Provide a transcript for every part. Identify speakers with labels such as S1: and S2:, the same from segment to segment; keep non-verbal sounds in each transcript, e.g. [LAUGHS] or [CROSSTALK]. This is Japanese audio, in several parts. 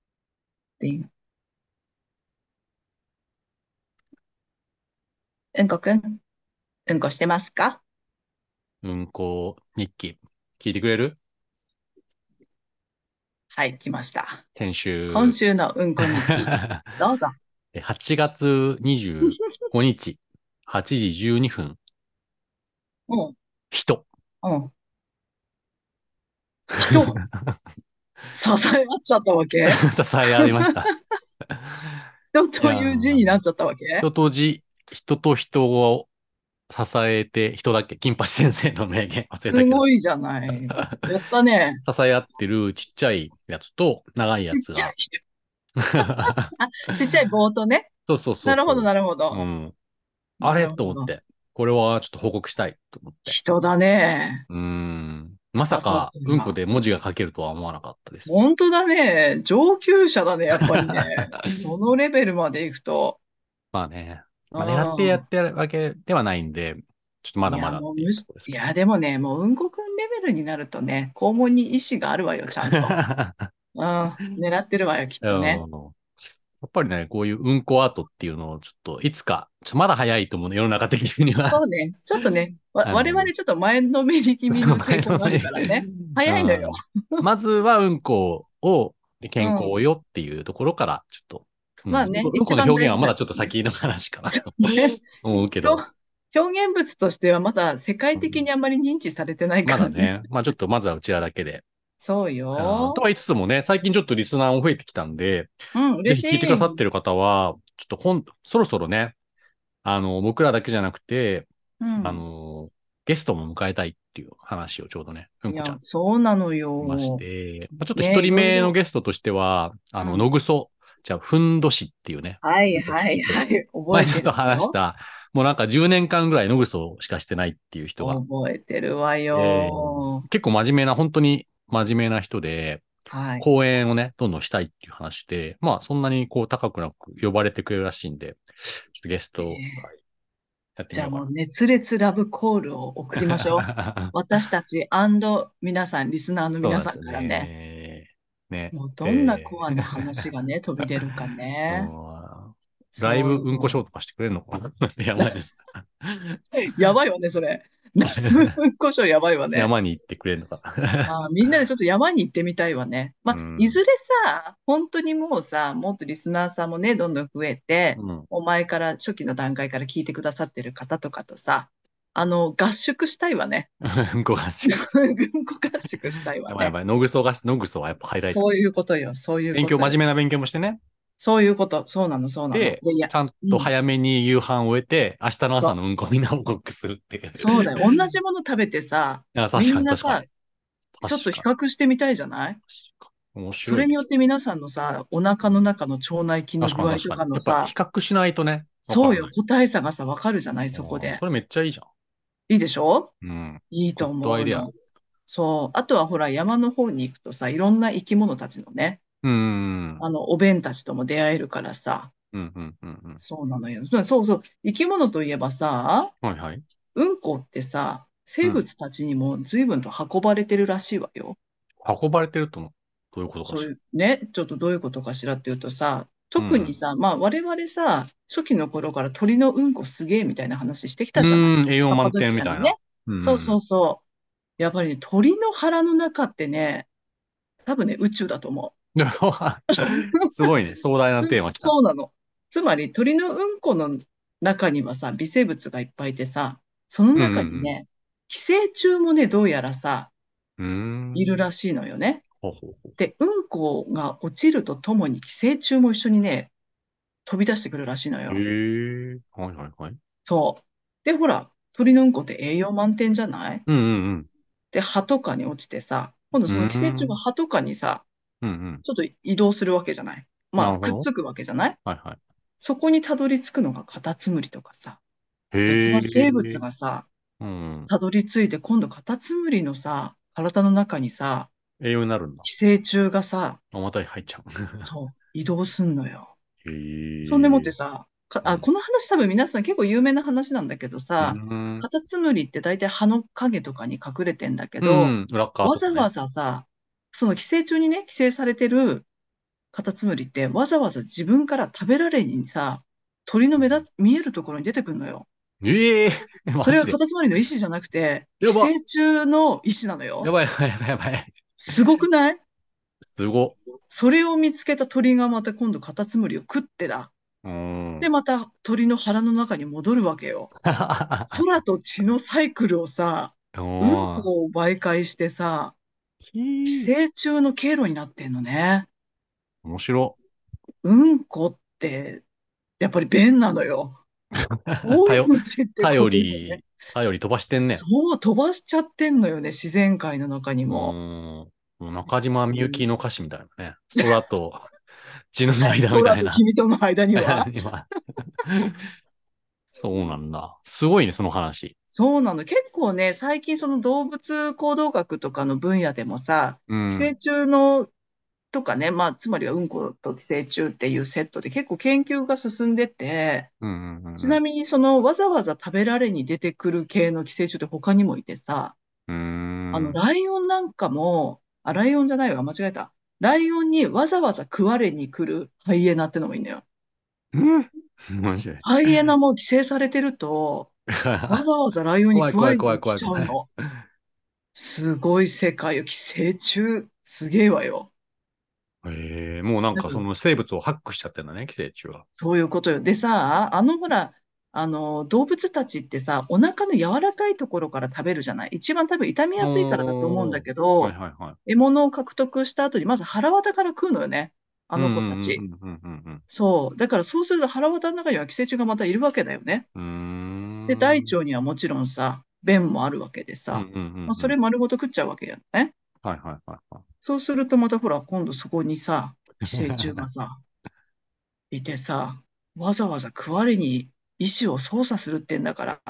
S1: っていう。うんこくん、うんこしてますか
S2: うんこ日記。聞いてくれる
S1: はい、来ました。
S2: 先週。
S1: 今
S2: [LAUGHS]
S1: 週のうんこ日記、どうぞ。
S2: 8月25日、8時12分。
S1: うん、
S2: 人。
S1: うん。人支え合っちゃったわけ
S2: [LAUGHS] 支え合いました。
S1: 人という字になっちゃったわけ
S2: 人と字、人と人を支えて、人だっけ金八先生の名言忘れたけど。
S1: すごいじゃない。やったね。
S2: 支え合ってるちっちゃいやつと長い [LAUGHS] やつが。
S1: ちっちゃい棒とね。
S2: [LAUGHS] そうそうそう
S1: なるほど、なるほど。
S2: うん。あれと思って。これはちょっと報告したいと思って。
S1: 人だね。
S2: うん。まさか、うんこで文字が書けるとは思わなかったです。
S1: 本当だね。上級者だね、やっぱり
S2: [LAUGHS]
S1: ね。そのレベルまでいくと。
S2: まあね。 [LAUGHS] まあ、狙ってやってるわけではないんで、ちょっとまだまだ
S1: いい。いや、でもね、もううんこくんレベルになるとね、肛門に意思があるわよ、ちゃん
S2: [LAUGHS]
S1: と。うん、狙ってるわよ、きっとね。
S2: やっぱりね、こういううんこアートっていうのをちょっといつか、ちょまだ早いと思うね、世の中的には。
S1: そうね、ちょっとね、わ我々ちょっと前のめり気味の傾向があるからね、早いのよ。
S2: まずはうんこを、健康をよっていうところから、ちょっと。
S1: うん、まあね、
S2: うんこの表現はまだちょっと先の話かなと思うけど。
S1: 表現物としてはまだ世界的にあんまり認知されてないから
S2: ね。うん、まだね。まあちょっとまずはうちらだ
S1: [LAUGHS]
S2: けで
S1: そうよ。
S2: とは言いつつもね、最近ちょっとリスナーも増えてきたんで、
S1: うん、嬉
S2: しい。聞いてくださってる方は、ちょっとほん、そろそろね、あの、僕らだけじゃなくて、
S1: うん、
S2: あの、ゲストも迎えたいっていう話をちょうどね、うんこちゃん。
S1: そうなのよ。
S2: まして、まあ、ちょっと一人目のゲストとしては、ね、あの、野ぐそ、じゃあ、ふんどしっていう [LAUGHS] ね。
S1: はいはいはい。覚えてる。
S2: 前ちょっと話した、もうなんか10年間ぐらい野ぐそしかしてないっていう人が。
S1: 覚えてるわよ、
S2: えー、結構真面目な、本当に真面目な人で、
S1: はい、
S2: 講演をね、どんどんしたいっていう話で、まあそんなにこう高くなく呼ばれてくれるらしいんで、ちょっとゲスト、や
S1: ってみようかな、えー。じゃあもう熱烈ラブコールを送りま
S2: [LAUGHS]
S1: しょう。私たち皆さん、リスナーの皆さんからね。
S2: ねね
S1: もうどんなコアな話がね、飛び出るか
S2: [LAUGHS]
S1: ね。
S2: ライブうんこショーとかしてくれるのかな [LAUGHS] やばいです。
S1: やばいわね、それ。うんこしょやばいわね。
S2: 山に行ってくれるのか
S1: なあ。みんなでちょっと山に行ってみたいわね。まあ、うん、いずれさ、本当にもうさ、もっとリスナーさんもね、どんどん増えて、
S2: うん、 [LAUGHS]
S1: お前から初期の段階から聞いてくださってる方とかとさ、あの、合宿したいわね。 [LAUGHS]
S2: うんこ合宿。
S1: うんこ合宿したいわね。やばいやば
S2: い、ノグソが、ノグソはやっぱハイライト。
S1: そういうことよ、そういうこと。
S2: 勉強、真面目な勉強もしてね。
S1: そういうこと。そうなの、そうなの。
S2: で、ちゃんと早めに夕飯を終えて、うん、明日の朝のうんこみんな報告するっていう。 [LAUGHS]
S1: そうだよ。同じもの食べてさ、みんなさ、ちょっと比較してみたいじゃない
S2: 面白
S1: い。それによって皆さんのさ、お腹の中の腸内菌の具合とかのさ、
S2: 比較しないとね。
S1: そうよ。個体差がさ、わかるじゃない、そこで。
S2: それめっちゃいいじゃ
S1: ん。いいでし
S2: ょうん。
S1: いいと思う。
S2: アイデア。
S1: そう。あとはほら、山の方に行くとさ、いろんな生き物たちのね、
S2: うん
S1: あの、お弁たちとも出会えるからさ。
S2: うんうんうんうん。
S1: そうなのよ。そうそう。生き物といえばさ、
S2: はいはい。
S1: うんこってさ、生物たちにも随分と運ばれてるらしいわよ。
S2: うん、運ばれてるとのどういうことかしら。そういう、
S1: ね、ちょっとどういうことかしらっていうとさ、特にさ、うん、まあ我々さ、初期の頃から鳥のうんこすげえみたいな話してきたじゃない。うん
S2: 栄養満点みたいな。
S1: ね、うん、そうそうそう。やっぱりね、鳥の腹の中ってね、多分ね、宇宙だと思う。
S2: [LAUGHS] すごいね、壮大なテーマ
S1: そうなの。つまり鳥のうんこの中にはさ、微生物がいっぱいいてさ、その中にね、うんうん、寄生虫もね、どうやらさ、いるらしいのよね。
S2: ほうほうほう
S1: で、うんこが落ちるとともに寄生虫も一緒にね、飛び出してくるらしいのよ。
S2: へえ。はいはいはい。
S1: そう。で、ほら、鳥のうんこって栄養満点じゃない
S2: うんうんうん。
S1: で、歯とかに落ちてさ、今度その寄生虫が歯とかにさ、
S2: うんうん、
S1: ちょっと移動するわけじゃない。まあ、くっつくわけじゃない、
S2: はいはい、
S1: そこにたどり着くのがカタツムリとかさ、
S2: 別
S1: の生物がさ、
S2: うん、
S1: たどり着いて、今度カタツムリのさ、体の中にさ、
S2: 栄養になるんだ。
S1: 寄生虫がさ、
S2: あまた入っちゃ
S1: う。そう、移動すんのよ。
S2: へ
S1: そんでもってさ、あこの話多分皆さん結構有名な話なんだけどさ、
S2: うん、
S1: カタツムリって大体葉の影とかに隠れてんだけど、うん
S2: ね、
S1: わざわざさ、その寄生虫にね、寄生されてるカタツムリってわざわざ自分から食べられにさ、鳥の目だ、見えるところに出てくるのよ。
S2: ええ [LAUGHS] マ
S1: それは
S2: ジで
S1: カタツムリの意思じゃなくて、
S2: や
S1: 寄
S2: ば
S1: 生虫の意思なの
S2: や
S1: よ。
S2: ばいやばいやばいやばい。
S1: すごくない
S2: すご。
S1: それを見つけた鳥がまた今度カタツムリを食ってだ。
S2: うん。
S1: で、また鳥の腹の中に戻るわけよ。空と血のサイクルをさ、
S2: [LAUGHS] う
S1: う
S2: ん
S1: んこを媒介してさ、寄生虫の経路になってんのね。
S2: 面白。
S1: うんこって、やっぱり便なのよ。大
S2: [LAUGHS] 頼
S1: 口ってこと
S2: 頼
S1: でね
S2: り、頼り飛ばしてんね。
S1: そう、飛ばしちゃってんのよね、自然界の中に
S2: うん [LAUGHS]
S1: も。
S2: もう中島みゆきの歌詞みたいなね。空と血の間みた
S1: [LAUGHS] 空
S2: い
S1: と
S2: な。。
S1: 君との間には
S2: 今 [LAUGHS] そうなんだ。すごいね、その話。
S1: そうなの。結構ね、最近その動物行動学とかの分野でもさ、
S2: うん。
S1: 寄生虫のとかね、まあ、つまりはうんこと寄生虫っていうセットで結構研究が進んでて、
S2: うんうんうん
S1: ちなみにそのわざわざ食べられに出てくる系の寄生虫って他にもいてさ、
S2: うん
S1: あの、ライオンなんかも、あ、ライオンじゃないわ、間違えた。ライオンにわざわざ食われに来るハイエナってのもいいんだよ。
S2: うん [LAUGHS] マジで。
S1: ハイエナも寄生されてると、わざわざライオンに食われに
S2: 怖い怖
S1: 来
S2: い
S1: ちゃ
S2: 怖
S1: う
S2: い怖
S1: の。すごい世界よ。寄生虫、すげえわよ。
S2: ええもうなんかその生物をハックしちゃってんだね、寄生虫は。
S1: そういうことよ。でさ、あのほら、あの、動物たちってさ、お腹の柔らかいところから食べるじゃない一番多分痛みやすいからだと思うんだけ
S2: は
S1: ど
S2: い、はいはい。
S1: 獲物を獲得した後にまず腹渡から食うのよね。あの子たち。
S2: うんうんうんうん
S1: そう。だからそうすると腹渡の中には寄生虫がまたいるわけだよね。
S2: うんうん。うーん
S1: で、大腸にはもちろんさ、便もあるわけで
S2: うんう
S1: さ、
S2: んうんうん
S1: まあ、それ丸ごと食っちゃうわけやね。
S2: はいはいはいはい。
S1: そうするとまたほら、今度そこに
S2: [LAUGHS]
S1: さ、寄生虫がさ、いてさ、わざわざ食われに意思を操作するってんだから、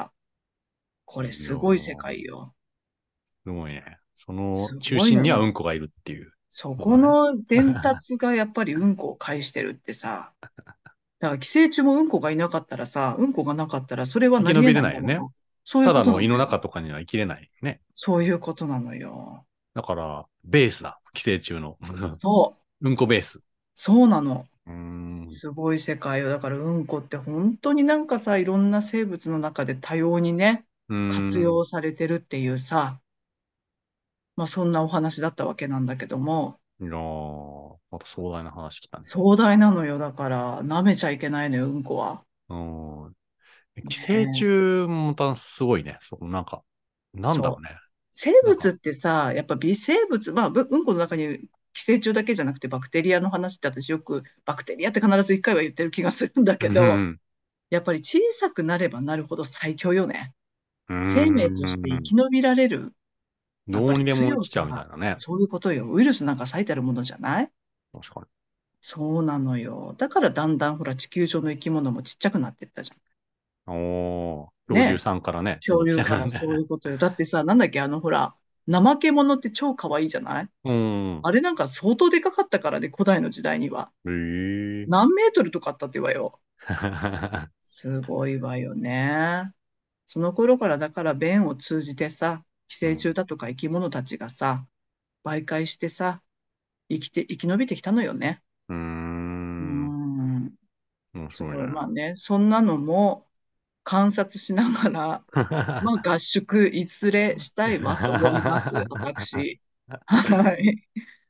S1: これすごい世界よ。
S2: すごいね。その
S1: すごいよね
S2: 中心にはうんこがいるっていう。
S1: そこの伝達がやっぱりうんこを介してるってさ、だから寄生虫もうんこがいなかったらさ、うんこがなかったらそれは何
S2: 生き
S1: 気
S2: 延びれ
S1: な
S2: ないい
S1: ん
S2: よ
S1: だ
S2: ね
S1: もの。そういう
S2: た
S1: こ
S2: だ
S1: とな
S2: の
S1: の
S2: 胃の
S1: よ。
S2: 中とかには生きれないね。
S1: そういうことなのよ。
S2: だから、ベースだ。寄生虫の。 [LAUGHS]
S1: そう、
S2: うんこベース。
S1: そうなの。
S2: うーん。
S1: すごい世界よ。だからうんこって本当になんかさ、いろんな生物の中で多様にね、活用されてるっていうさ、まあそんなお話だったわけなんだけども、
S2: いやー、また壮大な話来たね。
S1: 壮大なのよ。だから、舐めちゃいけないのよ、うんこは。
S2: うん。寄生虫もまたすごいね。そこなんか、なんだろうね。
S1: 生物ってさ、やっぱ微生物、まあ、ぶうんこの中に寄生虫だけじゃなくてバクテリアの話って私よく、バクテリアって必ず一回は言ってる気がするんだけど、
S2: うん
S1: やっぱり小さくなればなるほど最強よね。
S2: うん
S1: 生命として生き延びられる。
S2: どうにでも生きちゃうみたいなね。
S1: そういうことよ。ウイルスなんか最たるものじゃない
S2: 確かに。
S1: そうなのよ。だからだんだんほら地球上の生き物もちっちゃくなってったじゃん。
S2: おー、
S1: ね
S2: 恐竜さんからね。
S1: 恐竜からそういうことよ。だってさ、なんだっけ、あのほら、怠け者って超可愛いじゃない
S2: うん。
S1: あれなんか相当でかかったからね、古代の時代には。
S2: え [LAUGHS] ー。
S1: 何メートルとかあったってわよ。すごいわよね。その頃からだから便を通じてさ、寄生虫だとか生き物たちがさ、媒介してさ、生きて、生き延びてきたのよね。
S2: うー。
S1: うんん。
S2: 面
S1: す
S2: 白
S1: ご
S2: い
S1: い。
S2: ね。
S1: まあね、そんなのも観察しながら、
S2: [LAUGHS]
S1: まあ合宿いずれしたいわと思います、
S2: [LAUGHS]
S1: 私。はい。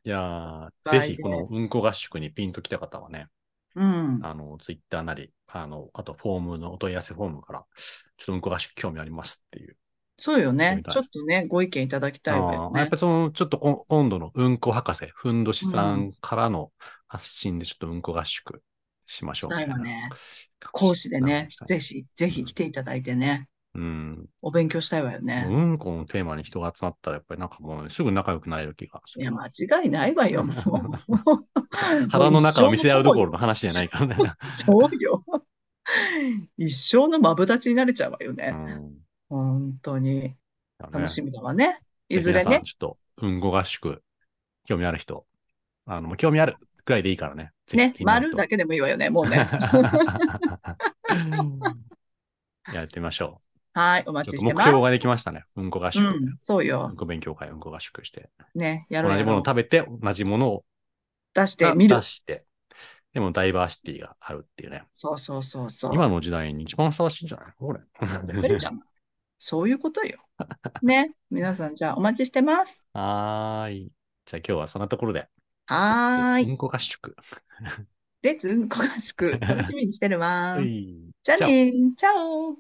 S2: いやー
S1: バイ
S2: ぜひこのうんこ合宿にピンときた方はね、
S1: うん。
S2: あの、ツイッターなり、あの、あとフォームのお問い合わせフォームから、ちょっとうんこ合宿興味ありますっていう。
S1: そうよね
S2: み。たい
S1: ちょ
S2: で
S1: っ
S2: す
S1: とね、ご意見いただき
S2: あ
S1: たいわよ
S2: ーやっ
S1: ね
S2: ぱ。りその、ちょっとこ今度のうんこ博士、ふんどしさんからの発信でちょっとうんこ合宿しましょ
S1: し
S2: う
S1: た
S2: み
S1: い
S2: たい
S1: わ
S2: な。
S1: ね。講師でね、ぜ
S2: ひ。
S1: ひ、ぜひ来ていただいてね。
S2: うん。
S1: お勉強したいわよね。
S2: うんこのテーマに人が集まったら、やっぱりなんかもうすぐ仲良くなれる気がす
S1: い
S2: る。
S1: や、間違いないわ
S2: [LAUGHS]
S1: よ、もう。
S2: 腹の中を見せ合うどころの
S1: も
S2: 話じゃないからね。
S1: う一生の友よ。そうよ。一生のマブダチになれちゃうわよ
S2: う
S1: ね。
S2: ん
S1: 本当に。楽し
S2: み。
S1: みだわね。いずれ
S2: 皆さ
S1: ね
S2: ん。ちょっと、うんこ合宿、興味ある人、あの、もう興味あるくらいでいいからね。ぜひ
S1: ね、
S2: 気にな
S1: 丸
S2: る人
S1: だけでもいいわよね、もうね。
S2: [LAUGHS] やってみましょ
S1: はい、お
S2: う。
S1: 待
S2: ちょ
S1: ちし
S2: っと
S1: て
S2: 目
S1: ます。
S2: 標ができましたね。うんこ合宿。
S1: うん、そう
S2: うん
S1: よ。
S2: こ勉強会、うんこ合宿して。
S1: ね、や
S2: 同
S1: ろう
S2: じ
S1: や
S2: もの
S1: ろ
S2: を食べて、同じものを
S1: 出して見る
S2: 出。して。でもダイバーシティがあるっていうね。
S1: そうそうそうそう。
S2: 今の時代に一番ふさわしいんじゃないこれ。
S1: 無理じゃん。そういうことよ。ね。皆さん、じゃあお待ちしてます。
S2: [LAUGHS] [LAUGHS] はーい。じゃあ今日はそんなところで。
S1: はーい。
S2: うんこ合宿。
S1: レッツうんこ合宿、楽しみにしてるわ
S2: は。い
S1: じゃあねー。チャオ。